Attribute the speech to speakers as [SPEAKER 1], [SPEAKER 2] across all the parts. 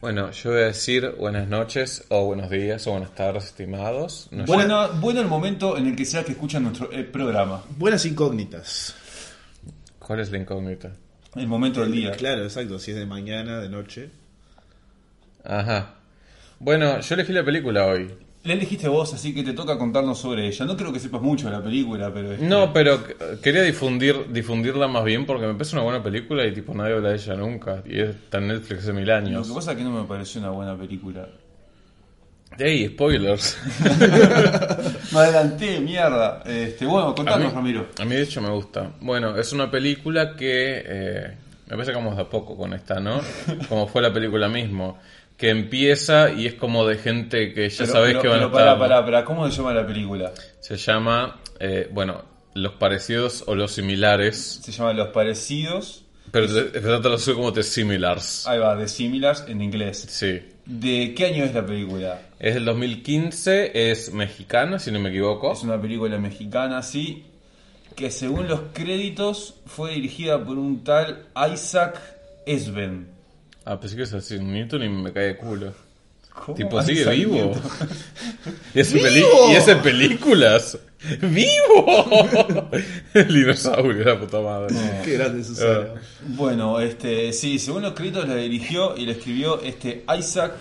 [SPEAKER 1] Bueno, yo voy a decir buenas noches o buenos días o buenas tardes, estimados. No, yo-
[SPEAKER 2] Bueno, bueno el momento en el que sea que escuchan nuestro eh, programa.
[SPEAKER 3] Buenas incógnitas.
[SPEAKER 1] ¿Cuál es la incógnita?
[SPEAKER 2] El momento del día.
[SPEAKER 3] Claro, exacto. Si es de mañana, de noche.
[SPEAKER 1] Ajá. Bueno, yo elegí la película hoy.
[SPEAKER 2] La elegiste vos, así que te toca contarnos sobre ella. No creo que sepas mucho de la película, pero... este,
[SPEAKER 1] No, pero eh, quería difundir, difundirla más bien porque me parece una buena película y tipo nadie habla de ella nunca. Y está en Netflix hace mil
[SPEAKER 2] Lo
[SPEAKER 1] años.
[SPEAKER 2] que pasa es que no me pareció una buena película.
[SPEAKER 1] ¡Ey, spoilers!
[SPEAKER 2] Me adelanté, mierda. Este, bueno,
[SPEAKER 1] A mí,
[SPEAKER 2] contanos, Ramiro.
[SPEAKER 1] a mí de hecho me gusta. Bueno, es una película que... eh, me parece que vamos de a poco con esta, ¿no? Como fue la película mismo. Que empieza y es como de gente que ya
[SPEAKER 2] Pero-
[SPEAKER 1] sabes
[SPEAKER 2] pero-
[SPEAKER 1] que van
[SPEAKER 2] pero
[SPEAKER 1] a
[SPEAKER 2] pará,
[SPEAKER 1] estar...
[SPEAKER 2] pará, pará, ¿Cómo se llama la película?
[SPEAKER 1] Se llama... eh, bueno, Los Parecidos o Los Similares.
[SPEAKER 2] Se llama Los Parecidos.
[SPEAKER 1] Pero te- te trata de ser como The Similars.
[SPEAKER 2] Ahí va, de Similars en inglés.
[SPEAKER 1] Sí.
[SPEAKER 2] ¿De qué año es la película?
[SPEAKER 1] Es del 2015, es mexicana, si no me equivoco.
[SPEAKER 2] Es una película mexicana, sí, que según los créditos fue dirigida por un tal Isaac Esben.
[SPEAKER 1] Ah, pensé que es así, Newton y me cae de culo.
[SPEAKER 2] ¿Cómo? Ah,
[SPEAKER 1] Tipo, sigue
[SPEAKER 2] Isaac
[SPEAKER 1] vivo.
[SPEAKER 2] Newton.
[SPEAKER 1] Y hace, peli- y hace películas. ¡Vivo! El dinosaurio, la puta madre.
[SPEAKER 3] Qué grande Susana.
[SPEAKER 2] Bueno, este, sí, según los créditos la dirigió y la escribió este Isaac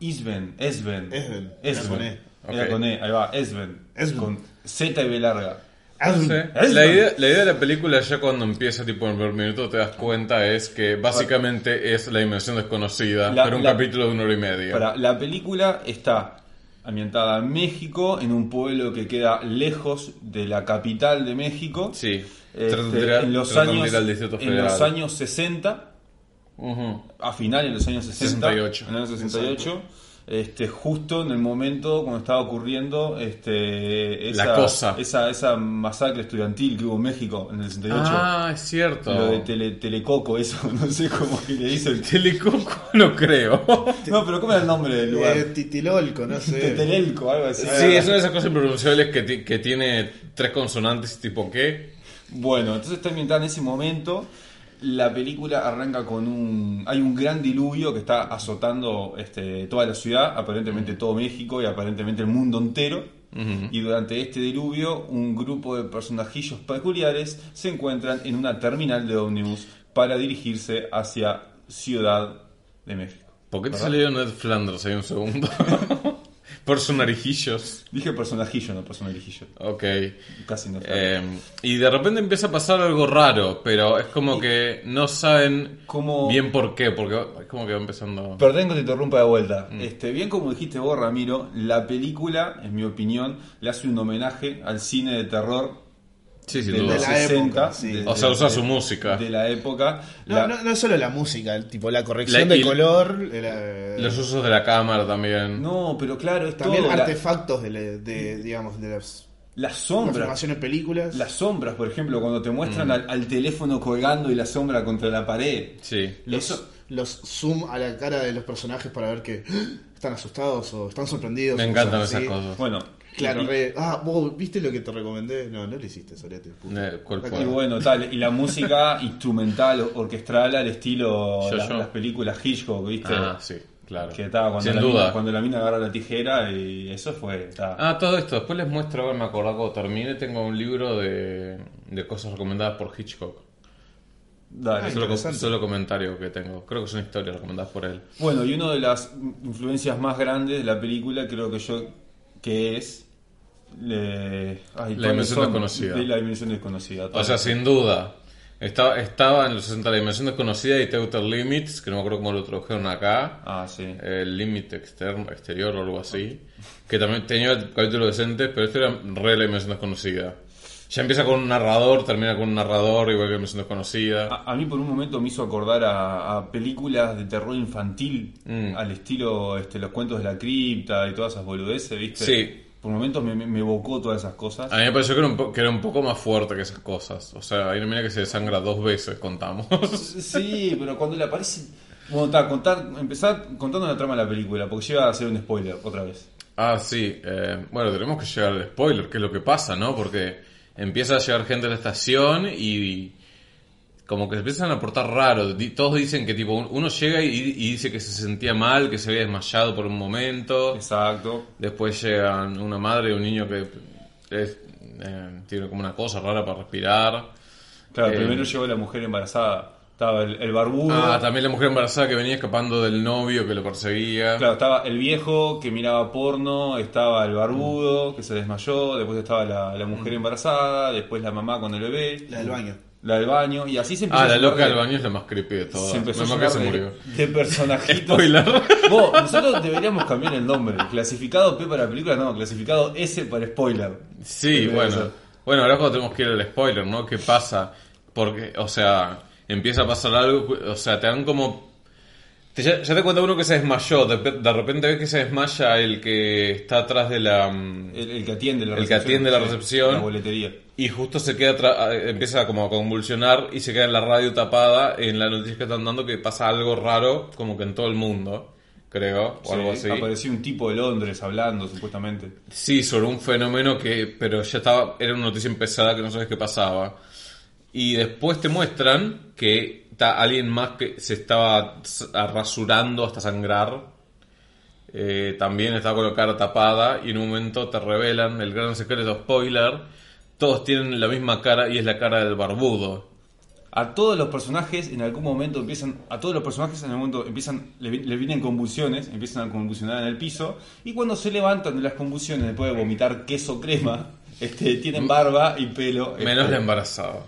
[SPEAKER 2] Isben, Esben.
[SPEAKER 3] Esben, era con E.
[SPEAKER 2] Era
[SPEAKER 1] Ok.
[SPEAKER 2] con E, ahí va, Esben.
[SPEAKER 3] Esben.
[SPEAKER 2] Con Z y B larga.
[SPEAKER 3] Ah,
[SPEAKER 1] Sí. La, idea, la idea de la película ya cuando empieza, tipo en el primer minuto, te das cuenta es que básicamente es la dimensión desconocida,
[SPEAKER 2] La-
[SPEAKER 1] pero un
[SPEAKER 2] la-
[SPEAKER 1] capítulo de una hora y media.
[SPEAKER 2] Para, la película está ambientada en México, en un pueblo que queda lejos de la capital de México.
[SPEAKER 1] Sí,
[SPEAKER 2] Este,
[SPEAKER 1] tratan de ir a-
[SPEAKER 2] en, los
[SPEAKER 1] tratan de
[SPEAKER 2] años,
[SPEAKER 1] ir al Distrito
[SPEAKER 2] en los
[SPEAKER 1] Federal.
[SPEAKER 2] años 60,
[SPEAKER 1] Ujú.
[SPEAKER 2] a finales de los años 60,
[SPEAKER 1] 68.
[SPEAKER 2] en el año 68, este, justo en el momento cuando estaba ocurriendo este, esa,
[SPEAKER 1] La cosa.
[SPEAKER 2] Esa, esa masacre estudiantil que hubo en México en el 68.
[SPEAKER 1] Ah, es cierto.
[SPEAKER 2] Lo de tele- Telecoco, eso, no sé cómo que le dice el...
[SPEAKER 1] Telecoco no creo.
[SPEAKER 2] No, pero ¿cómo era el nombre del lugar?
[SPEAKER 3] Eh, Titilolco, no sé.
[SPEAKER 2] Tetelelco, algo así.
[SPEAKER 1] Este, Sí, es una de esas cosas impronunciables que, ti- que tiene tres consonantes tipo qué.
[SPEAKER 2] Bueno, entonces está ambientada en ese momento. La película arranca con un. Hay un gran diluvio que está azotando este, toda la ciudad, aparentemente todo México y aparentemente el mundo entero. Y durante este diluvio, un grupo de personajillos peculiares se encuentran en una terminal de ómnibus para dirigirse hacia Ciudad de México.
[SPEAKER 1] ¿Por qué te salió Ned Flanders ahí un segundo? Por sus narijillos.
[SPEAKER 2] Dije personajillo, no personajillo.
[SPEAKER 1] Ok.
[SPEAKER 2] Casi no.
[SPEAKER 1] Eh, y de repente empieza a pasar algo raro, pero es como que no saben
[SPEAKER 2] Como-
[SPEAKER 1] bien por qué, porque es como que va empezando...
[SPEAKER 2] Perdón que te interrumpa de vuelta.
[SPEAKER 1] Mm.
[SPEAKER 2] Este, bien como dijiste vos, Ramiro, la película, en mi opinión, le hace un homenaje al cine de terror
[SPEAKER 1] Sí, sin
[SPEAKER 2] de
[SPEAKER 1] duda.
[SPEAKER 2] los
[SPEAKER 3] la época,
[SPEAKER 2] 60.
[SPEAKER 3] sí.
[SPEAKER 2] de-
[SPEAKER 1] O sea, usa
[SPEAKER 2] de-
[SPEAKER 1] su música.
[SPEAKER 2] De la época. La-
[SPEAKER 3] No, no, no solo la música, el tipo la corrección
[SPEAKER 1] La-
[SPEAKER 3] de
[SPEAKER 1] y-
[SPEAKER 3] color, la-
[SPEAKER 1] Los usos de la cámara también.
[SPEAKER 2] no, pero claro, es
[SPEAKER 3] también
[SPEAKER 2] todo. La-
[SPEAKER 3] artefactos de, la- de, digamos, de las
[SPEAKER 2] las sombras.
[SPEAKER 3] información en películas.
[SPEAKER 2] Las sombras, por ejemplo, cuando te
[SPEAKER 1] Mm.
[SPEAKER 2] muestran al, al teléfono colgando y la sombra contra la pared.
[SPEAKER 1] Sí.
[SPEAKER 3] los,
[SPEAKER 2] Eso-
[SPEAKER 3] los zoom a la cara de los personajes para ver que están asustados o están sorprendidos.
[SPEAKER 1] Me
[SPEAKER 3] o
[SPEAKER 1] encantan esas
[SPEAKER 3] así.
[SPEAKER 1] cosas.
[SPEAKER 2] Bueno.
[SPEAKER 3] Claro,
[SPEAKER 2] y-
[SPEAKER 3] re- Ah, vos viste lo que te recomendé. No, no lo hiciste, Sorete. puta.
[SPEAKER 1] Eh, ¿cuál
[SPEAKER 2] Y
[SPEAKER 1] fue?
[SPEAKER 2] bueno, tal, y la música instrumental, o- orquestral al estilo
[SPEAKER 1] Yo,
[SPEAKER 2] las,
[SPEAKER 1] yo.
[SPEAKER 2] las películas Hitchcock, ¿viste?
[SPEAKER 1] Ah, sí, claro.
[SPEAKER 2] Que estaba cuando,
[SPEAKER 1] sin
[SPEAKER 2] la
[SPEAKER 1] duda.
[SPEAKER 2] Mina, cuando la mina agarra la tijera y eso fue. ta.
[SPEAKER 1] Ah, todo esto. Después les muestro, a ver, me acordaba cuando termine. Tengo un libro de, de cosas recomendadas por Hitchcock.
[SPEAKER 2] Dale.
[SPEAKER 3] Ah,
[SPEAKER 1] Solo, co-
[SPEAKER 3] interesante.
[SPEAKER 1] solo comentario que tengo. Creo que son historias recomendadas por él.
[SPEAKER 2] Bueno, y una de las influencias más grandes de la película, creo que yo, que es. le- ay,
[SPEAKER 1] La dimensión
[SPEAKER 2] son-
[SPEAKER 1] desconocida.
[SPEAKER 2] de La dimensión desconocida.
[SPEAKER 1] O
[SPEAKER 2] tal.
[SPEAKER 1] sea, sin duda. Estaba, estaba en los 60 la dimensión desconocida y The Outer Limits, que no me acuerdo cómo lo tradujeron acá.
[SPEAKER 2] Ah, sí.
[SPEAKER 1] El límite externo, exterior o algo así. Que también tenía el capítulo decente, pero esto era re la dimensión desconocida. Ya empieza con un narrador, termina con un narrador, igual que la dimensión desconocida.
[SPEAKER 2] A, a mí por un momento me hizo acordar a, a películas de terror infantil,
[SPEAKER 1] Mm.
[SPEAKER 2] al estilo este, los cuentos de la cripta y todas esas boludeces, ¿viste?
[SPEAKER 1] Sí.
[SPEAKER 2] Por momentos me, me, me evocó todas esas cosas.
[SPEAKER 1] A mí me pareció que era, un po- que era un poco más fuerte que esas cosas. O sea, hay una mina que se desangra dos veces, contamos.
[SPEAKER 2] Sí, pero cuando le aparece. Bueno, está, contar, empezar contando la trama de la película, porque llega a ser un spoiler otra vez.
[SPEAKER 1] ah, sí. eh, bueno, tenemos que llegar al spoiler, que es lo que pasa, ¿no? Porque empieza a llegar gente a la estación y como que se empiezan a portar raro. Di- Todos dicen que tipo un- uno llega y, y dice que se sentía mal, que se había desmayado por un momento.
[SPEAKER 2] Exacto.
[SPEAKER 1] Después llegan una madre y un niño que es- eh, tiene como una cosa rara para respirar.
[SPEAKER 2] Claro,
[SPEAKER 1] Eh,
[SPEAKER 2] primero llegó la mujer embarazada. Estaba el, el barbudo.
[SPEAKER 1] Ah, también la mujer embarazada que venía escapando del novio que lo perseguía.
[SPEAKER 2] Claro, estaba el viejo que miraba porno, estaba el barbudo que se desmayó, después estaba la, la
[SPEAKER 1] Mm.
[SPEAKER 2] mujer embarazada, después la mamá con el bebé,
[SPEAKER 3] La del baño.
[SPEAKER 2] la del baño, y así se empezó
[SPEAKER 1] Ah, la
[SPEAKER 2] a llenar
[SPEAKER 1] loca del
[SPEAKER 2] de-
[SPEAKER 1] baño es la más creepy de todas.
[SPEAKER 2] Se empezó
[SPEAKER 1] Menos
[SPEAKER 2] a
[SPEAKER 1] mal que se
[SPEAKER 2] llenar de,
[SPEAKER 1] murió.
[SPEAKER 2] de personajitos.
[SPEAKER 1] Spoiler.
[SPEAKER 2] Vos, nosotros deberíamos cambiar el nombre. Clasificado P para película, no, clasificado S para spoiler.
[SPEAKER 1] Sí,
[SPEAKER 2] Pero
[SPEAKER 1] bueno.
[SPEAKER 2] eso.
[SPEAKER 1] Bueno, ahora es cuando tenemos que ir al spoiler, ¿no? ¿Qué pasa? Porque, o sea, empieza a pasar algo, o sea, te dan como... te- ya, ya te cuenta uno que se desmayó, de, de repente ves que se desmaya el que está atrás de la... mm,
[SPEAKER 2] El, el que atiende la
[SPEAKER 1] El que
[SPEAKER 2] recepción.
[SPEAKER 1] atiende la
[SPEAKER 2] sí,
[SPEAKER 1] recepción.
[SPEAKER 2] La boletería.
[SPEAKER 1] Y justo se queda, tra- eh, empieza como a convulsionar y se queda en la radio tapada en la noticia que están dando que pasa algo raro como que en todo el mundo, creo, o
[SPEAKER 2] Sí,
[SPEAKER 1] algo así.
[SPEAKER 2] Apareció un tipo de Londres hablando, supuestamente.
[SPEAKER 1] Sí, sobre un fenómeno que, pero ya estaba, era una noticia empezada que no sabes qué pasaba. Y después te muestran que está alguien más que se estaba s- rasurando hasta sangrar. Eh, también estaba con la cara tapada y en un momento te revelan el gran secreto spoiler. Todos tienen la misma cara y es la cara del barbudo.
[SPEAKER 2] A todos los personajes en algún momento empiezan, a todos los personajes en algún momento empiezan, le, vi- le vienen convulsiones, empiezan a convulsionar en el piso y cuando se levantan de las convulsiones después de vomitar queso crema, este, tienen barba y pelo. este,
[SPEAKER 1] Mm. Menos la embarazada.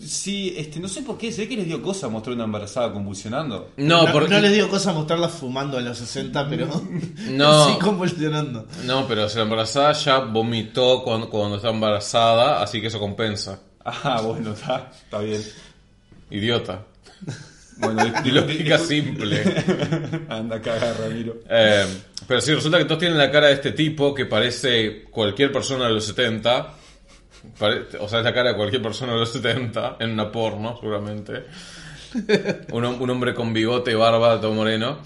[SPEAKER 2] Sí, este, no sé por qué, sé que les dio cosa mostrar una embarazada convulsionando.
[SPEAKER 1] No,
[SPEAKER 3] no,
[SPEAKER 1] porque...
[SPEAKER 3] no les digo cosas mostrarlas fumando a los 60, pero
[SPEAKER 1] No.
[SPEAKER 3] sí convulsionando.
[SPEAKER 1] No, pero si la embarazada ya vomitó cuando, cuando está embarazada, así que eso compensa.
[SPEAKER 2] Ah, bueno, está, está bien.
[SPEAKER 1] Idiota.
[SPEAKER 2] Bueno, dis- dis-
[SPEAKER 1] Lógica
[SPEAKER 2] dis-
[SPEAKER 1] simple.
[SPEAKER 2] Anda, caga, Ramiro.
[SPEAKER 1] Eh, pero sí, resulta que todos tienen la cara de este tipo que parece cualquier persona de los 70. Pare- o sea, es la cara de cualquier persona de los 70 en una porno, seguramente. Un, hom- un hombre con bigote, barba, todo moreno.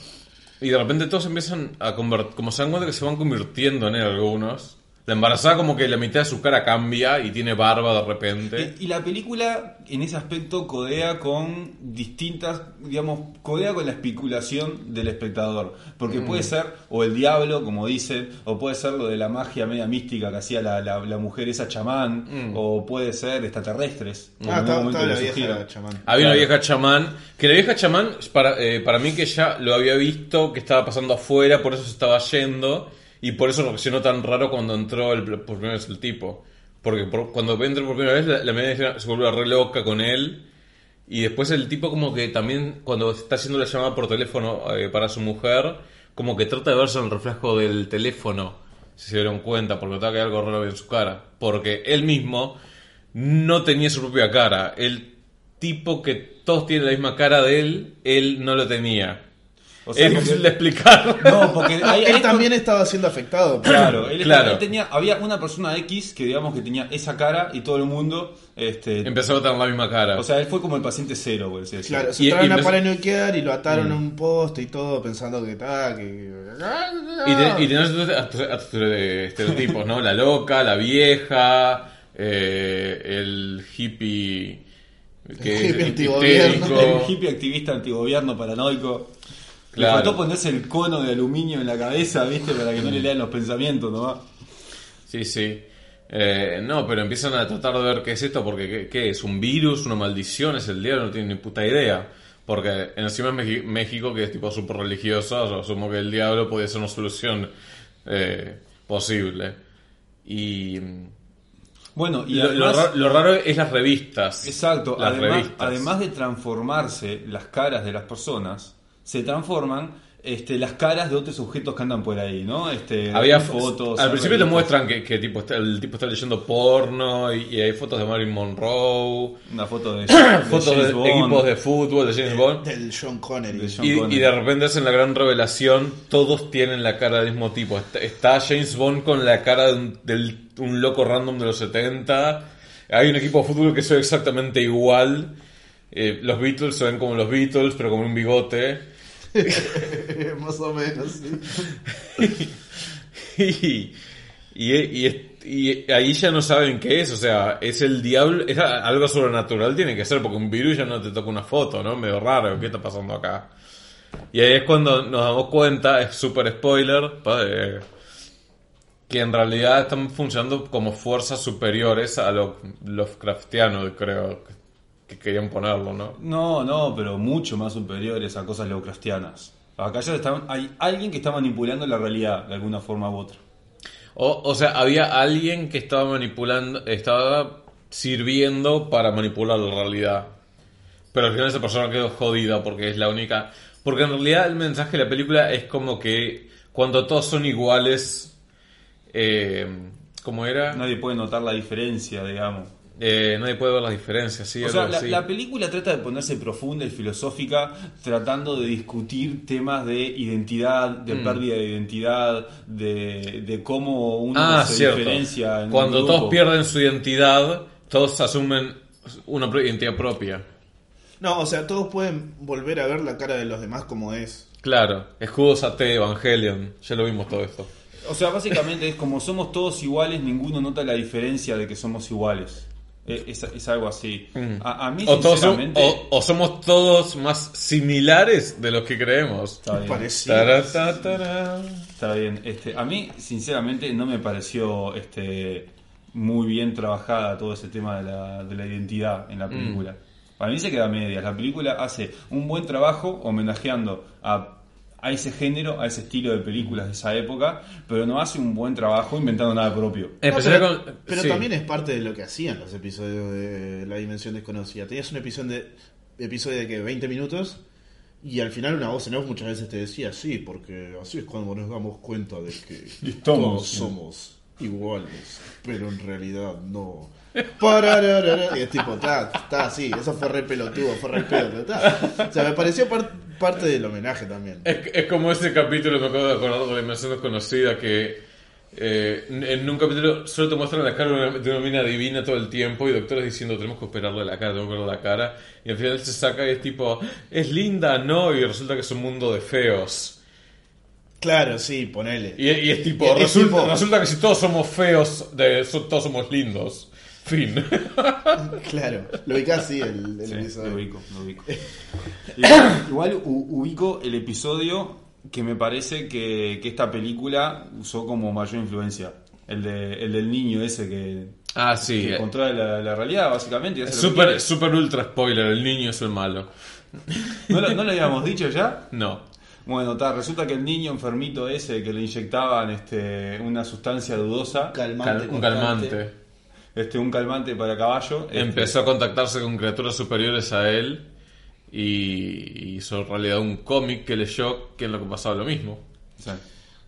[SPEAKER 1] Y de repente todos empiezan a convertir, como se dan cuenta que se van convirtiendo en él algunos. La embarazada como que la mitad de su cara cambia y tiene barba de repente.
[SPEAKER 2] Eh, Y y la película en ese aspecto codea con distintas, digamos, codea con la especulación del espectador. Porque puede ser o el diablo, como dicen, o puede ser lo de la magia media mística que hacía la, la- la mujer esa chamán, o puede ser extraterrestres. como
[SPEAKER 3] Ah,
[SPEAKER 2] en
[SPEAKER 3] estaba,
[SPEAKER 2] algún momento
[SPEAKER 3] estaba la
[SPEAKER 2] lo
[SPEAKER 3] vieja
[SPEAKER 2] sugieren.
[SPEAKER 3] chamán.
[SPEAKER 1] Había una
[SPEAKER 2] Claro.
[SPEAKER 1] vieja chamán, que la vieja chamán, para, eh, para mí que ya lo había visto, que estaba pasando afuera, por eso se estaba yendo, y por eso reaccionó tan raro cuando entró el, por primera vez el tipo. Porque por- cuando entra por primera vez, la, la media se vuelve re loca con él, y después el tipo como que también, cuando está haciendo la llamada por teléfono eh, para su mujer, como que trata de verse en el reflejo del teléfono, si se dieron cuenta, porque notaba que hay algo raro en su cara. Porque él mismo no tenía su propia cara. El tipo que todos tienen la misma cara de él, él no lo tenía.
[SPEAKER 2] O sea,
[SPEAKER 1] es
[SPEAKER 2] porque-
[SPEAKER 1] difícil de explicar.
[SPEAKER 2] No, porque
[SPEAKER 3] Ah,
[SPEAKER 2] hay-
[SPEAKER 3] él
[SPEAKER 2] hay-
[SPEAKER 3] también estaba siendo afectado. por-
[SPEAKER 2] Claro, él,
[SPEAKER 1] Claro.
[SPEAKER 2] él tenía, había una persona X que digamos que tenía esa cara y todo el mundo, este,
[SPEAKER 1] Empezó a tener la misma cara.
[SPEAKER 2] o sea, él fue como el paciente cero, por así decirlo.
[SPEAKER 3] Claro,
[SPEAKER 1] Y- Mm.
[SPEAKER 3] se
[SPEAKER 1] y
[SPEAKER 3] entraron a
[SPEAKER 1] empezó-
[SPEAKER 3] paranoiquear y lo ataron a un poste y todo, pensando que tal, que...
[SPEAKER 1] y, te- y tenés hasta- hasta estereotipos, ¿no? La loca, la vieja, eh, el hippie... Que
[SPEAKER 3] El hippie
[SPEAKER 1] es
[SPEAKER 3] antigobierno.
[SPEAKER 1] histérico.
[SPEAKER 2] El hippie activista antigobierno paranoico.
[SPEAKER 1] Claro.
[SPEAKER 2] Le faltó ponerse el cono de aluminio en la cabeza, ¿viste? Para que no le lean los pensamientos, ¿no?
[SPEAKER 1] Sí, sí. Eh, no, pero empiezan a tratar de ver qué es esto, porque ¿qué, qué es? ¿Un virus? ¿Una maldición? ¿Es el diablo? No tienen ni puta idea. Porque encima es Meji- México, que es tipo súper religioso, yo asumo que el diablo podía ser una solución eh, posible. Y
[SPEAKER 2] Bueno, y
[SPEAKER 1] lo, lo
[SPEAKER 2] además-
[SPEAKER 1] raro, lo raro es las revistas.
[SPEAKER 2] Exacto,
[SPEAKER 1] Las
[SPEAKER 2] además,
[SPEAKER 1] revistas.
[SPEAKER 2] además de transformarse las caras de las personas, se transforman este, las caras de otros objetos que andan por ahí, ¿no? Este,
[SPEAKER 1] Había
[SPEAKER 2] hay
[SPEAKER 1] fotos. Al
[SPEAKER 2] hay
[SPEAKER 1] principio te
[SPEAKER 2] revistas.
[SPEAKER 1] muestran que, que tipo está- el tipo está leyendo porno y, y hay fotos de Marilyn Monroe,
[SPEAKER 2] Una foto de, de
[SPEAKER 1] fotos de
[SPEAKER 2] James Bond.
[SPEAKER 1] equipos de fútbol de James Bond.
[SPEAKER 3] Del John Connery.
[SPEAKER 2] De John-
[SPEAKER 1] Y,
[SPEAKER 2] Connery.
[SPEAKER 1] y de repente hacen la gran revelación, todos tienen la cara del mismo tipo. Está, está James Bond con la cara de un, del- un loco random de los 70. Hay un equipo de fútbol que se ve exactamente igual. Eh, los Beatles se ven como los Beatles, pero con un bigote.
[SPEAKER 3] Más o menos, sí.
[SPEAKER 1] y, y, y es y ahí ya no saben qué es, o sea, es el diablo, es a- algo sobrenatural tiene que ser, porque un virus ya no te toca una foto, ¿no? Medio raro, ¿qué está pasando acá? Y ahí es cuando nos damos cuenta, es súper spoiler, pa- eh, que en realidad están funcionando como fuerzas superiores a lo Lovecraftiano, creo, que- que querían ponerlo, ¿no?
[SPEAKER 2] No, no, pero mucho más superiores a cosas leucrastianas. Acá ya están, hay alguien que está manipulando la realidad de alguna forma u otra.
[SPEAKER 1] O, o sea, había alguien que estaba manipulando, estaba sirviendo para manipular la realidad. Pero al final esa persona quedó jodida porque es la única... Porque en realidad el mensaje de la película es como que cuando todos son iguales... Eh, ¿Cómo era?
[SPEAKER 2] Nadie puede notar la diferencia, digamos.
[SPEAKER 1] Eh, nadie puede ver las diferencias, ¿sí?
[SPEAKER 2] O sea,
[SPEAKER 1] Algo
[SPEAKER 2] la,
[SPEAKER 1] así.
[SPEAKER 2] la película trata de ponerse profunda y filosófica, tratando de discutir temas de identidad, de
[SPEAKER 1] Mm.
[SPEAKER 2] pérdida de identidad, de, de cómo uno
[SPEAKER 1] Ah,
[SPEAKER 2] se
[SPEAKER 1] cierto.
[SPEAKER 2] diferencia. En un
[SPEAKER 1] Cuando
[SPEAKER 2] grupo.
[SPEAKER 1] todos pierden su identidad, todos asumen una pro- identidad propia.
[SPEAKER 3] No, o sea, todos pueden volver a ver la cara de los demás como es.
[SPEAKER 1] Claro, escudos AT, Evangelion, ya lo vimos todo esto.
[SPEAKER 2] O sea, básicamente es como somos todos iguales, ninguno nota la diferencia de que somos iguales. Eh, Es, es algo así. A, a mí,
[SPEAKER 1] Mm. O, todos som-
[SPEAKER 2] sinceramente.
[SPEAKER 1] o- o somos todos más similares de los que creemos.
[SPEAKER 2] Está bien.
[SPEAKER 3] Parecido.
[SPEAKER 1] Tará, tá, tará.
[SPEAKER 2] Está bien. Este, a mí, sinceramente, no me pareció este, muy bien trabajada todo ese tema de la, de la identidad en la película. Para mí se queda a medias. La película hace un buen trabajo homenajeando a, a ese género, a ese estilo de películas de esa época, pero no hace un buen trabajo inventando nada propio.
[SPEAKER 3] No,
[SPEAKER 1] Empezaré
[SPEAKER 3] pero
[SPEAKER 1] Eh, con-
[SPEAKER 3] pero
[SPEAKER 1] sí.
[SPEAKER 3] también es parte de lo que hacían los episodios de La Dimensión Desconocida. Tenías un episodio de, episodio de que 20 minutos y al final una voz en off muchas veces te decía, sí, porque así es cuando nos damos cuenta de que
[SPEAKER 2] Estamos
[SPEAKER 3] todos
[SPEAKER 2] haciendo".
[SPEAKER 3] somos iguales, pero en realidad no. Parararara. Y es tipo, está, está así, eso fue re pelotudo, fue re pedo, pero está. O sea, me pareció par- parte del homenaje también.
[SPEAKER 1] Es, es como ese capítulo, me acabo de acordar de la Dimensión Desconocida, que eh, en- en un capítulo solo te muestran la cara de una, de una mina divina todo el tiempo y doctores diciendo tenemos que operarle la cara, tenemos que operarle la cara. Y al final se saca y es tipo, es linda, no, y resulta que es un mundo de feos.
[SPEAKER 3] Claro, sí, ponele.
[SPEAKER 1] Y, y es tipo,
[SPEAKER 3] Y es
[SPEAKER 1] resulta,
[SPEAKER 3] tipo-
[SPEAKER 1] resulta que si todos somos feos, de, so- todos somos lindos. Fin.
[SPEAKER 3] Claro, lo ubicás sí el, el
[SPEAKER 2] Sí,
[SPEAKER 3] episodio.
[SPEAKER 2] lo ubico, lo ubico. igual igual u- ubico el episodio que me parece que, que esta película usó como mayor influencia. El, de, el del niño ese que,
[SPEAKER 1] Ah, sí.
[SPEAKER 2] que controla la, la realidad, básicamente. y hace eh, lo que
[SPEAKER 1] Super, super ultra spoiler, el niño es el malo.
[SPEAKER 2] quiere. ¿No, lo, no lo habíamos dicho ya?
[SPEAKER 1] No.
[SPEAKER 2] Bueno, ta, resulta que el niño enfermito ese que le inyectaban este, una sustancia dudosa,
[SPEAKER 1] Cal- un calmante.
[SPEAKER 2] este, un calmante para caballo, este,
[SPEAKER 1] Empezó a contactarse con criaturas superiores a él y hizo en realidad un cómic que leyó que es lo que pasaba lo mismo.
[SPEAKER 2] o sea,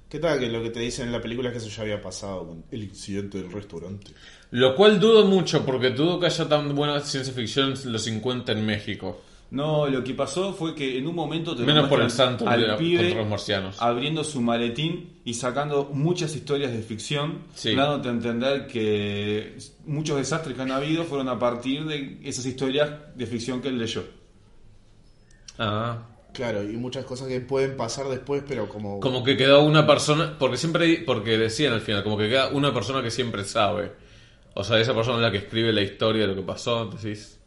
[SPEAKER 3] ¿Qué tal que lo que te dicen en la película es que eso ya había pasado con el incidente del restaurante?
[SPEAKER 1] Lo cual dudo mucho porque dudo que haya tan buena ciencia ficción en los 50 en México.
[SPEAKER 2] No, lo que pasó fue que en un momento te
[SPEAKER 1] Menos por el
[SPEAKER 2] muestran
[SPEAKER 1] santo
[SPEAKER 2] al
[SPEAKER 1] de la-
[SPEAKER 2] pibe
[SPEAKER 1] contra los marcianos.
[SPEAKER 2] abriendo su maletín y sacando muchas historias de ficción,
[SPEAKER 1] Sí.
[SPEAKER 2] dándote a entender que muchos desastres que han habido fueron a partir de esas historias de ficción que él leyó.
[SPEAKER 1] Ah.
[SPEAKER 3] Claro, y muchas cosas que pueden pasar después, pero como...
[SPEAKER 1] Como que queda una persona, porque siempre, porque decían al final, como que queda una persona que siempre sabe. O sea, esa persona es la que escribe la historia de lo que pasó, decís.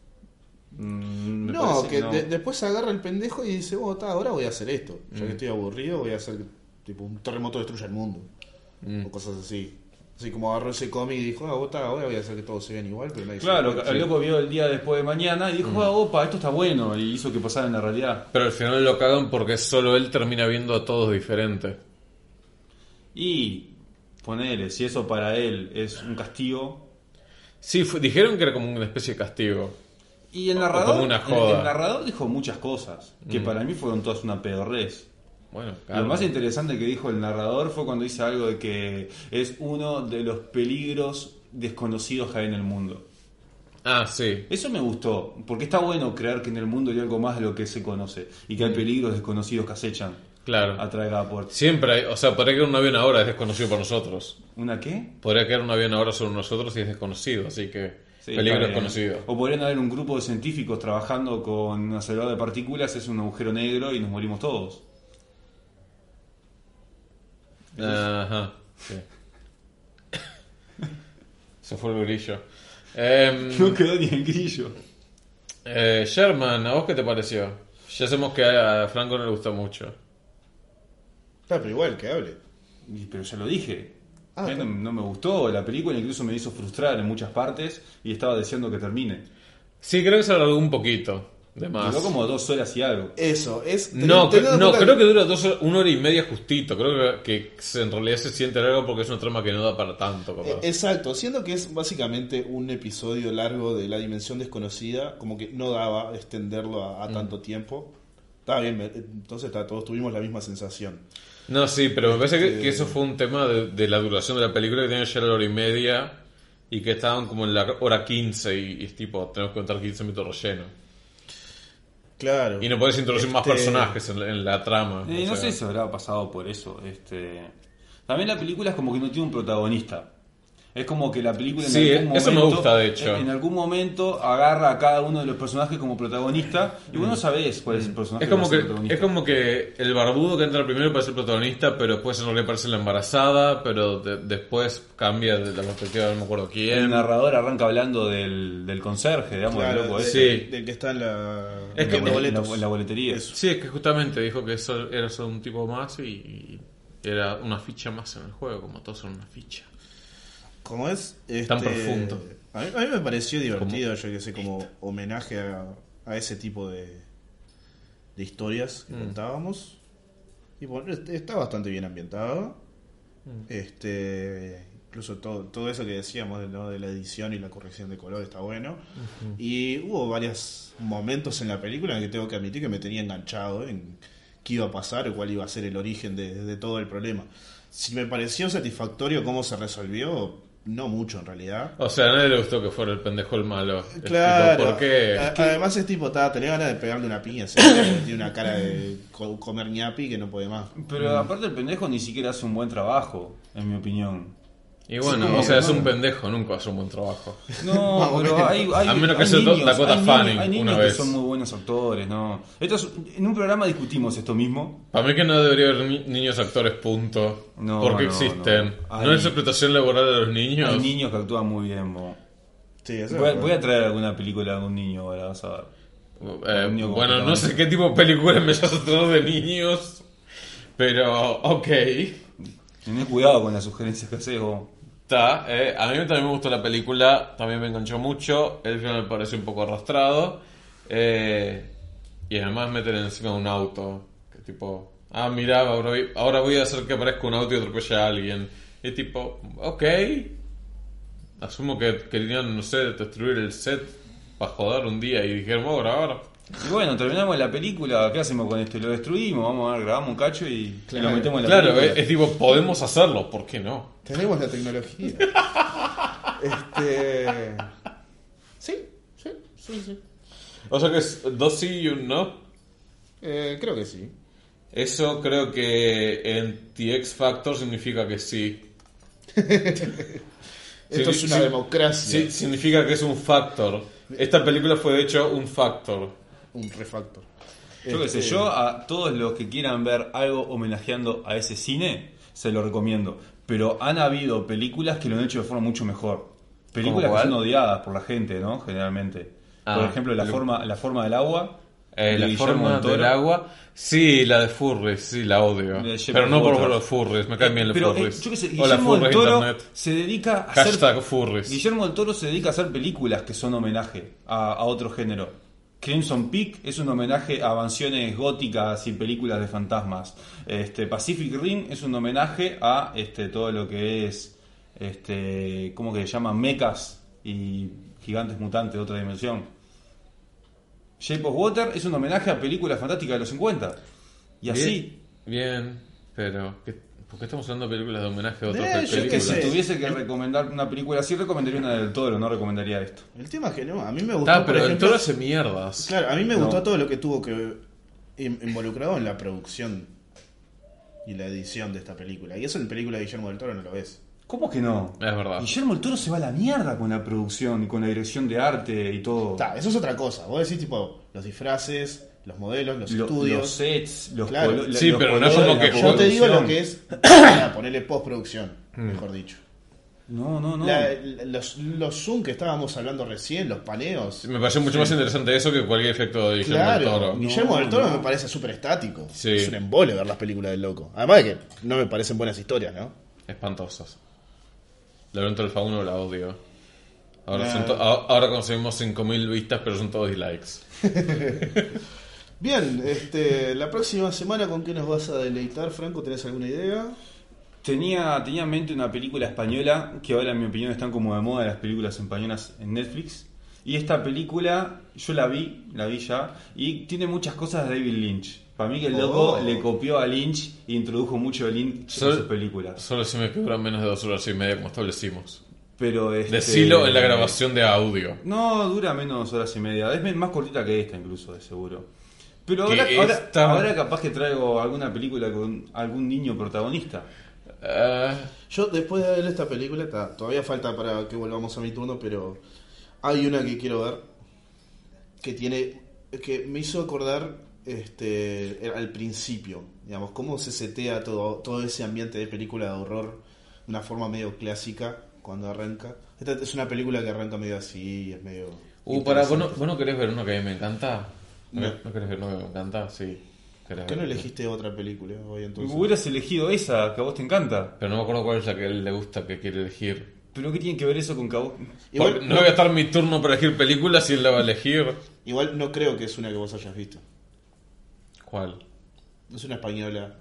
[SPEAKER 2] Mm, me
[SPEAKER 3] No,
[SPEAKER 2] parece
[SPEAKER 3] que de- después se agarra el pendejo y dice, oh, ta, ahora voy a hacer esto. Ya
[SPEAKER 1] Mm.
[SPEAKER 3] que estoy aburrido, voy a hacer que, tipo un terremoto destruya el mundo.
[SPEAKER 1] Mm.
[SPEAKER 3] O cosas así. Así como agarró ese cómic y dijo, ah, vos, ta, ahora voy a hacer que todos se vean igual, pero nadie se
[SPEAKER 2] Claro,
[SPEAKER 3] da cuenta".
[SPEAKER 2] el loco vio el día después de mañana y dijo,
[SPEAKER 1] Mm.
[SPEAKER 2] ah, opa, esto está bueno, y hizo que pasara en la realidad.
[SPEAKER 1] Pero al final lo cagan porque solo él termina viendo a todos diferente.
[SPEAKER 2] Y ponele, si eso para él es un castigo,
[SPEAKER 1] Sí, fu- dijeron que era como una especie de castigo.
[SPEAKER 2] Y el
[SPEAKER 1] O- o
[SPEAKER 2] narrador,
[SPEAKER 1] como una
[SPEAKER 2] el-
[SPEAKER 1] joda. Mm.
[SPEAKER 2] el narrador dijo muchas cosas que para mí fueron todas una pedorrez.
[SPEAKER 1] Bueno,
[SPEAKER 2] Lo
[SPEAKER 1] claro.
[SPEAKER 2] más interesante que dijo el narrador fue cuando dice algo de que es uno de los peligros desconocidos que hay en el mundo.
[SPEAKER 1] Ah, sí.
[SPEAKER 2] Eso me gustó, porque está bueno creer que en el mundo hay algo más de lo que se conoce y que
[SPEAKER 1] Mm.
[SPEAKER 2] hay peligros desconocidos que acechan
[SPEAKER 1] Claro.
[SPEAKER 2] a través de cada puerta.
[SPEAKER 1] Siempre hay, o sea, podría caer un avión ahora, es desconocido para nosotros.
[SPEAKER 2] ¿Una qué?
[SPEAKER 1] Podría caer un avión ahora sobre nosotros y es desconocido, así que
[SPEAKER 2] Sí,
[SPEAKER 1] peligro
[SPEAKER 2] está bien.
[SPEAKER 1] desconocido.
[SPEAKER 2] O podrían haber un grupo de científicos trabajando con un acelerador de partículas, es un agujero negro y nos morimos todos.
[SPEAKER 1] Ajá. sí. Se fue el brillo. Em,
[SPEAKER 2] No quedó ni en grillo.
[SPEAKER 1] eh, Sherman, ¿a vos qué te pareció? Ya sabemos que a Franco no le gustó mucho.
[SPEAKER 3] Está, pero igual, que hable.
[SPEAKER 2] Y- Pero ya lo dije.
[SPEAKER 3] Ah,
[SPEAKER 2] A mí
[SPEAKER 3] está.
[SPEAKER 2] no, no me gustó la película, incluso me hizo frustrar en muchas partes y estaba deseando que termine.
[SPEAKER 1] Sí, creo que se alargó un poquito. De más.
[SPEAKER 2] Duró como dos horas y algo.
[SPEAKER 3] Eso, es.
[SPEAKER 1] No,
[SPEAKER 3] teniendo en
[SPEAKER 1] no
[SPEAKER 3] cuenta
[SPEAKER 1] creo que dura dos horas- una hora y media justito. Creo que, que se- en realidad se siente largo porque es una trama que no da para tanto,
[SPEAKER 3] Eh,
[SPEAKER 1] capaz.
[SPEAKER 3] Exacto, siendo que es básicamente un episodio largo de La Dimensión Desconocida, como que no daba extenderlo a, a tanto tiempo. Está bien, me- entonces está, todos tuvimos la misma sensación.
[SPEAKER 1] No, sí, pero me parece que,
[SPEAKER 3] Este-
[SPEAKER 1] que eso fue un tema de, de la duración de la película que tenía ya la hora y media y que estaban como en la hora 15 y, y es tipo, tenemos que contar 15 minutos relleno.
[SPEAKER 3] Claro.
[SPEAKER 1] Y no podés introducir más
[SPEAKER 3] Este-
[SPEAKER 1] personajes en la, en la trama.
[SPEAKER 2] Eh,
[SPEAKER 1] o
[SPEAKER 2] no
[SPEAKER 1] sea.
[SPEAKER 2] sé si habrá pasado por eso. Este... También la película es como que no tiene un protagonista. Es como que la película en
[SPEAKER 1] Sí,
[SPEAKER 2] algún
[SPEAKER 1] eso me
[SPEAKER 2] momento-
[SPEAKER 1] gusta, de hecho.
[SPEAKER 2] En algún momento agarra a cada uno de los personajes como protagonista y vos no sabés cuál Mm. es el personaje
[SPEAKER 1] Es como,
[SPEAKER 2] va a ser
[SPEAKER 1] que,
[SPEAKER 2] protagonista.
[SPEAKER 1] es como que el barbudo que entra primero parece el protagonista, pero después en realidad parece la embarazada, pero de- después cambia de la perspectiva de no me acuerdo
[SPEAKER 2] El
[SPEAKER 1] quién.
[SPEAKER 2] narrador arranca hablando del, del conserje, digamos, del
[SPEAKER 3] Claro,
[SPEAKER 2] loco
[SPEAKER 3] de-
[SPEAKER 2] ese.
[SPEAKER 1] ¿eh? sí.
[SPEAKER 3] del que está en la.
[SPEAKER 1] Es
[SPEAKER 2] En
[SPEAKER 1] que
[SPEAKER 2] la
[SPEAKER 1] me-
[SPEAKER 2] bol- en la,
[SPEAKER 3] boletos.
[SPEAKER 2] en la boletería.
[SPEAKER 3] Eso.
[SPEAKER 1] Sí, es que justamente dijo que eso era solo un tipo más y y era una ficha más en el juego, como todos son una ficha.
[SPEAKER 3] ¿Cómo es?
[SPEAKER 1] Tan
[SPEAKER 3] Este,
[SPEAKER 1] profundo.
[SPEAKER 3] A mí, a mí me pareció divertido, yo que sé, como homenaje a, a ese tipo de, de historias que contábamos. Y bueno, est- está bastante bien ambientado.
[SPEAKER 1] Mm.
[SPEAKER 3] Este, incluso todo, todo eso que decíamos ¿no? de la edición y la corrección de color está bueno. Y hubo varios momentos en la película en que tengo que admitir que me tenía enganchado en qué iba a pasar o cuál iba a ser el origen de, de todo el problema. Si me pareció satisfactorio cómo se resolvió, no mucho en realidad.
[SPEAKER 1] O sea, a nadie le gustó que fuera el pendejo el malo. Es tipo,
[SPEAKER 3] Claro, Ah,
[SPEAKER 1] ¿Por qué?
[SPEAKER 3] a- además es tipo, ta, tenés ganas de pegarle una piña, ese hombre, tiene una cara de co- comer ñapi que no puede más.
[SPEAKER 2] Pero
[SPEAKER 1] Mm.
[SPEAKER 2] aparte el pendejo ni siquiera hace un buen trabajo, en mi opinión.
[SPEAKER 1] Y bueno,
[SPEAKER 2] Sí, como
[SPEAKER 1] o sea,
[SPEAKER 2] que
[SPEAKER 1] es
[SPEAKER 2] no.
[SPEAKER 1] un pendejo, nunca hace un buen trabajo.
[SPEAKER 2] No, pero hay, hay,
[SPEAKER 1] A menos que
[SPEAKER 2] hay
[SPEAKER 1] sea
[SPEAKER 2] niños,
[SPEAKER 1] Dakota
[SPEAKER 2] hay niños-
[SPEAKER 1] Fanning,
[SPEAKER 2] hay niños
[SPEAKER 1] una
[SPEAKER 2] que
[SPEAKER 1] vez.
[SPEAKER 2] son muy buenos actores, ¿no? Esto es- en un programa discutimos esto mismo.
[SPEAKER 1] Para mí que no debería haber ni- niños actores, punto.
[SPEAKER 2] No,
[SPEAKER 1] ¿Por qué
[SPEAKER 2] no,
[SPEAKER 1] existen?
[SPEAKER 2] no.
[SPEAKER 1] ¿No,
[SPEAKER 2] Hay-
[SPEAKER 1] es explotación laboral de los niños?
[SPEAKER 2] Hay niños que actúan muy bien, vos.
[SPEAKER 3] Sí, eso
[SPEAKER 2] Voy, a-
[SPEAKER 3] es
[SPEAKER 2] voy a traer alguna película de un niño ahora, vas a ver.
[SPEAKER 1] Eh,
[SPEAKER 2] niño como
[SPEAKER 1] bueno, no
[SPEAKER 2] protagonista.
[SPEAKER 1] sé qué tipo de películas me vas a traer de niños, pero ok.
[SPEAKER 2] Tenés cuidado con las sugerencias que haces, vos.
[SPEAKER 1] Está, eh, a mí también me gustó la película, también me enganchó mucho, el final me pareció un poco arrastrado, eh, y además meten encima un auto, que tipo, ah, mira, ahora, voy- ahora voy a hacer que aparezca un auto y atropelle a alguien. Y tipo, ok, asumo que querían, no sé, destruir el set para joder un día y dijeron, vamos a grabar.
[SPEAKER 2] Y bueno, terminamos la película, ¿qué hacemos con esto? Lo destruimos, vamos a ver, grabamos un cacho y
[SPEAKER 3] Claro.
[SPEAKER 2] lo metemos en la
[SPEAKER 1] Claro, eh,
[SPEAKER 2] película.
[SPEAKER 1] es, es tipo, podemos hacerlo, ¿por qué no?
[SPEAKER 3] Tenemos la tecnología. este. Sí, sí, sí, sí.
[SPEAKER 1] O sea que es dos sí y un no.
[SPEAKER 3] Eh, creo que sí.
[SPEAKER 1] Eso creo que en The X Factor significa que sí.
[SPEAKER 3] Esto
[SPEAKER 1] Sí,
[SPEAKER 3] es una
[SPEAKER 1] sí.
[SPEAKER 3] democracia.
[SPEAKER 1] Sí, significa que es un factor. Esta película fue de hecho un factor.
[SPEAKER 3] Un refactor.
[SPEAKER 2] Yo qué sé,
[SPEAKER 3] Este,
[SPEAKER 2] yo a todos los que quieran ver algo homenajeando a ese cine, se lo recomiendo. Pero han habido películas que lo han hecho de forma mucho mejor. Películas
[SPEAKER 1] ¿Cómo
[SPEAKER 2] que
[SPEAKER 1] cuál?
[SPEAKER 2] son odiadas por la gente, ¿no? Generalmente.
[SPEAKER 1] Ah,
[SPEAKER 2] por ejemplo, la
[SPEAKER 1] lo-
[SPEAKER 2] forma, la forma del agua.
[SPEAKER 1] Eh,
[SPEAKER 2] de
[SPEAKER 1] la
[SPEAKER 2] Guillermo
[SPEAKER 1] forma
[SPEAKER 2] del Toro.
[SPEAKER 1] del agua. Sí, la de Furries, sí, la odio.
[SPEAKER 2] De Shape
[SPEAKER 1] Pero
[SPEAKER 2] of
[SPEAKER 1] no por
[SPEAKER 2] Water.
[SPEAKER 1] los Furries, me caen bien los
[SPEAKER 2] Pero eh,
[SPEAKER 1] Furries.
[SPEAKER 2] yo qué sé,
[SPEAKER 1] Hola
[SPEAKER 2] Guillermo del
[SPEAKER 1] Furries
[SPEAKER 2] Toro
[SPEAKER 1] Internet.
[SPEAKER 2] se dedica a hacer
[SPEAKER 1] Hashtag Furries.
[SPEAKER 2] Guillermo del Toro se dedica a hacer películas que son homenaje a, a otro género. Crimson Peak es un homenaje a mansiones góticas y películas de fantasmas. Este, Pacific Rim es un homenaje a este, todo lo que es, este, ¿cómo que se llama? Mechas y gigantes mutantes de otra dimensión. Shape of Water es un homenaje a películas fantásticas de los 50. Y así,
[SPEAKER 1] Bien, pero. ¿qué- ¿Por qué estamos hablando de películas de homenaje a
[SPEAKER 3] Eh,
[SPEAKER 1] otras
[SPEAKER 3] yo qué
[SPEAKER 2] que
[SPEAKER 1] películas?
[SPEAKER 2] si
[SPEAKER 3] sé.
[SPEAKER 2] tuviese que recomendar una película así, recomendaría una del Toro, no recomendaría esto.
[SPEAKER 3] El tema es que no, a mí me gustó.
[SPEAKER 1] Está,
[SPEAKER 3] por
[SPEAKER 1] pero el
[SPEAKER 3] ejemplo,
[SPEAKER 1] toro hace mierdas.
[SPEAKER 3] Claro, a mí me
[SPEAKER 2] No.
[SPEAKER 3] gustó todo lo que tuvo que in- involucrado en la producción y la edición de esta película. Y eso en película de Guillermo del Toro no lo ves.
[SPEAKER 2] ¿Cómo que no?
[SPEAKER 1] Es verdad.
[SPEAKER 2] Guillermo el Toro se va a la mierda con la producción y con la dirección de arte y todo.
[SPEAKER 3] Ta, eso es otra cosa. Vos decís tipo los disfraces, los modelos, los
[SPEAKER 2] Lo-
[SPEAKER 3] estudios.
[SPEAKER 2] los sets, los
[SPEAKER 3] Claro.
[SPEAKER 2] colo- la-
[SPEAKER 1] Sí,
[SPEAKER 2] los
[SPEAKER 1] pero no es
[SPEAKER 2] colores,
[SPEAKER 1] como
[SPEAKER 2] la
[SPEAKER 1] que
[SPEAKER 3] Yo te digo
[SPEAKER 2] postproducción.
[SPEAKER 1] Mm.
[SPEAKER 3] lo que es para ponerle postproducción, mejor dicho.
[SPEAKER 2] No, no, no.
[SPEAKER 3] La- los, los zoom que estábamos hablando recién, los paneos.
[SPEAKER 1] Me pareció mucho más interesante eso que cualquier efecto de Guillermo del
[SPEAKER 3] claro,
[SPEAKER 1] Toro.
[SPEAKER 3] Guillermo del Toro
[SPEAKER 2] No, no.
[SPEAKER 3] me parece súper estático.
[SPEAKER 1] Sí.
[SPEAKER 3] Es un embole ver las películas del loco. Además de que no me parecen buenas historias, ¿no?
[SPEAKER 1] Espantosos. Laberinto del Fauno la odio. Ahora,
[SPEAKER 3] Nah.
[SPEAKER 1] son to- a- ahora conseguimos 5.000 vistas, pero son todos dislikes.
[SPEAKER 3] Bien, este, la próxima semana, ¿con qué nos vas a deleitar, Franco? ¿Tenés alguna idea?
[SPEAKER 2] Tenía, tenía en mente una película española que ahora, en mi opinión, están como de moda las películas españolas en Netflix. Y esta película, yo la vi, la vi ya, y tiene muchas cosas de David Lynch. Para mí que el loco
[SPEAKER 3] Oh.
[SPEAKER 2] le copió a Lynch e introdujo mucho de Lynch
[SPEAKER 1] Sol-
[SPEAKER 2] en sus películas.
[SPEAKER 1] Solo si me figuran menos de dos horas y media, como establecimos.
[SPEAKER 2] Pero este,
[SPEAKER 1] Decilo en la grabación de audio.
[SPEAKER 2] No, dura menos horas y media. Es más cortita que esta, incluso, de seguro. Pero
[SPEAKER 1] Que
[SPEAKER 2] ahora, ahora-
[SPEAKER 1] esta-
[SPEAKER 2] ahora capaz que traigo alguna película con algún niño protagonista.
[SPEAKER 1] Ah,
[SPEAKER 3] Yo, después de ver esta película, ta, todavía falta para que volvamos a mi turno, pero hay una que quiero ver que tiene. que me hizo acordar este, el- al principio, digamos, cómo se setea todo, todo ese ambiente de película de horror de una forma medio clásica cuando arranca. Esta es una película que arranca medio así, es medio.
[SPEAKER 1] uh, pará, ¿vos no,
[SPEAKER 3] interesante.
[SPEAKER 1] vos no querés ver uno que a mí me encanta? ¿No,
[SPEAKER 3] No.
[SPEAKER 1] ¿No querés ver uno que me encanta? Sí. ¿Querés
[SPEAKER 3] ¿Por ¿Qué no
[SPEAKER 1] ver?
[SPEAKER 3] elegiste otra película hoy entonces?
[SPEAKER 2] Hubieras elegido esa, que a vos te encanta.
[SPEAKER 1] Pero no me acuerdo cuál es la que a él le gusta, que quiere elegir.
[SPEAKER 2] ¿Pero qué tiene que ver eso con que a vos-
[SPEAKER 3] Igual-
[SPEAKER 1] Porque no voy a estar mi turno para elegir películas y él la va a elegir.
[SPEAKER 3] Igual no creo que es una que vos hayas visto.
[SPEAKER 1] ¿Cuál?
[SPEAKER 3] Es una española,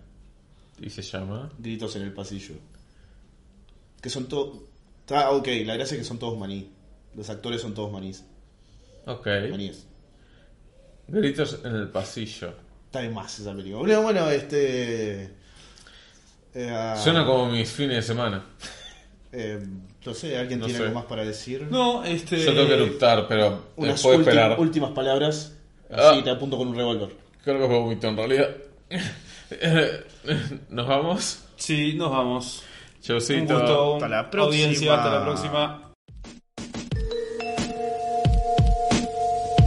[SPEAKER 1] ¿Y se llama?
[SPEAKER 3] gritos en el pasillo. Que son todos. Está ok, la gracia es que son todos maní. Los actores son todos manís.
[SPEAKER 1] Ok.
[SPEAKER 3] Maníes.
[SPEAKER 1] Gritos en el pasillo.
[SPEAKER 3] Está de más esa película. Bueno, bueno, este. eh, ah,
[SPEAKER 1] Suena como mis fines de semana.
[SPEAKER 3] eh, no sé, ¿alguien
[SPEAKER 1] No
[SPEAKER 3] tiene
[SPEAKER 1] sé.
[SPEAKER 3] algo más para decir?
[SPEAKER 2] No, este.
[SPEAKER 1] Yo tengo que eructar, pero
[SPEAKER 3] Unas
[SPEAKER 1] puedo
[SPEAKER 3] ulti-
[SPEAKER 1] esperar.
[SPEAKER 3] últimas palabras.
[SPEAKER 1] Ah.
[SPEAKER 3] Así te apunto con un revólver.
[SPEAKER 1] Creo que vomito en realidad. Nos vamos.
[SPEAKER 2] Sí, nos vamos.
[SPEAKER 1] Chaucito.
[SPEAKER 2] Un gusto.
[SPEAKER 3] Hasta la
[SPEAKER 2] Audiencia, hasta la
[SPEAKER 3] próxima.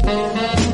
[SPEAKER 2] próxima.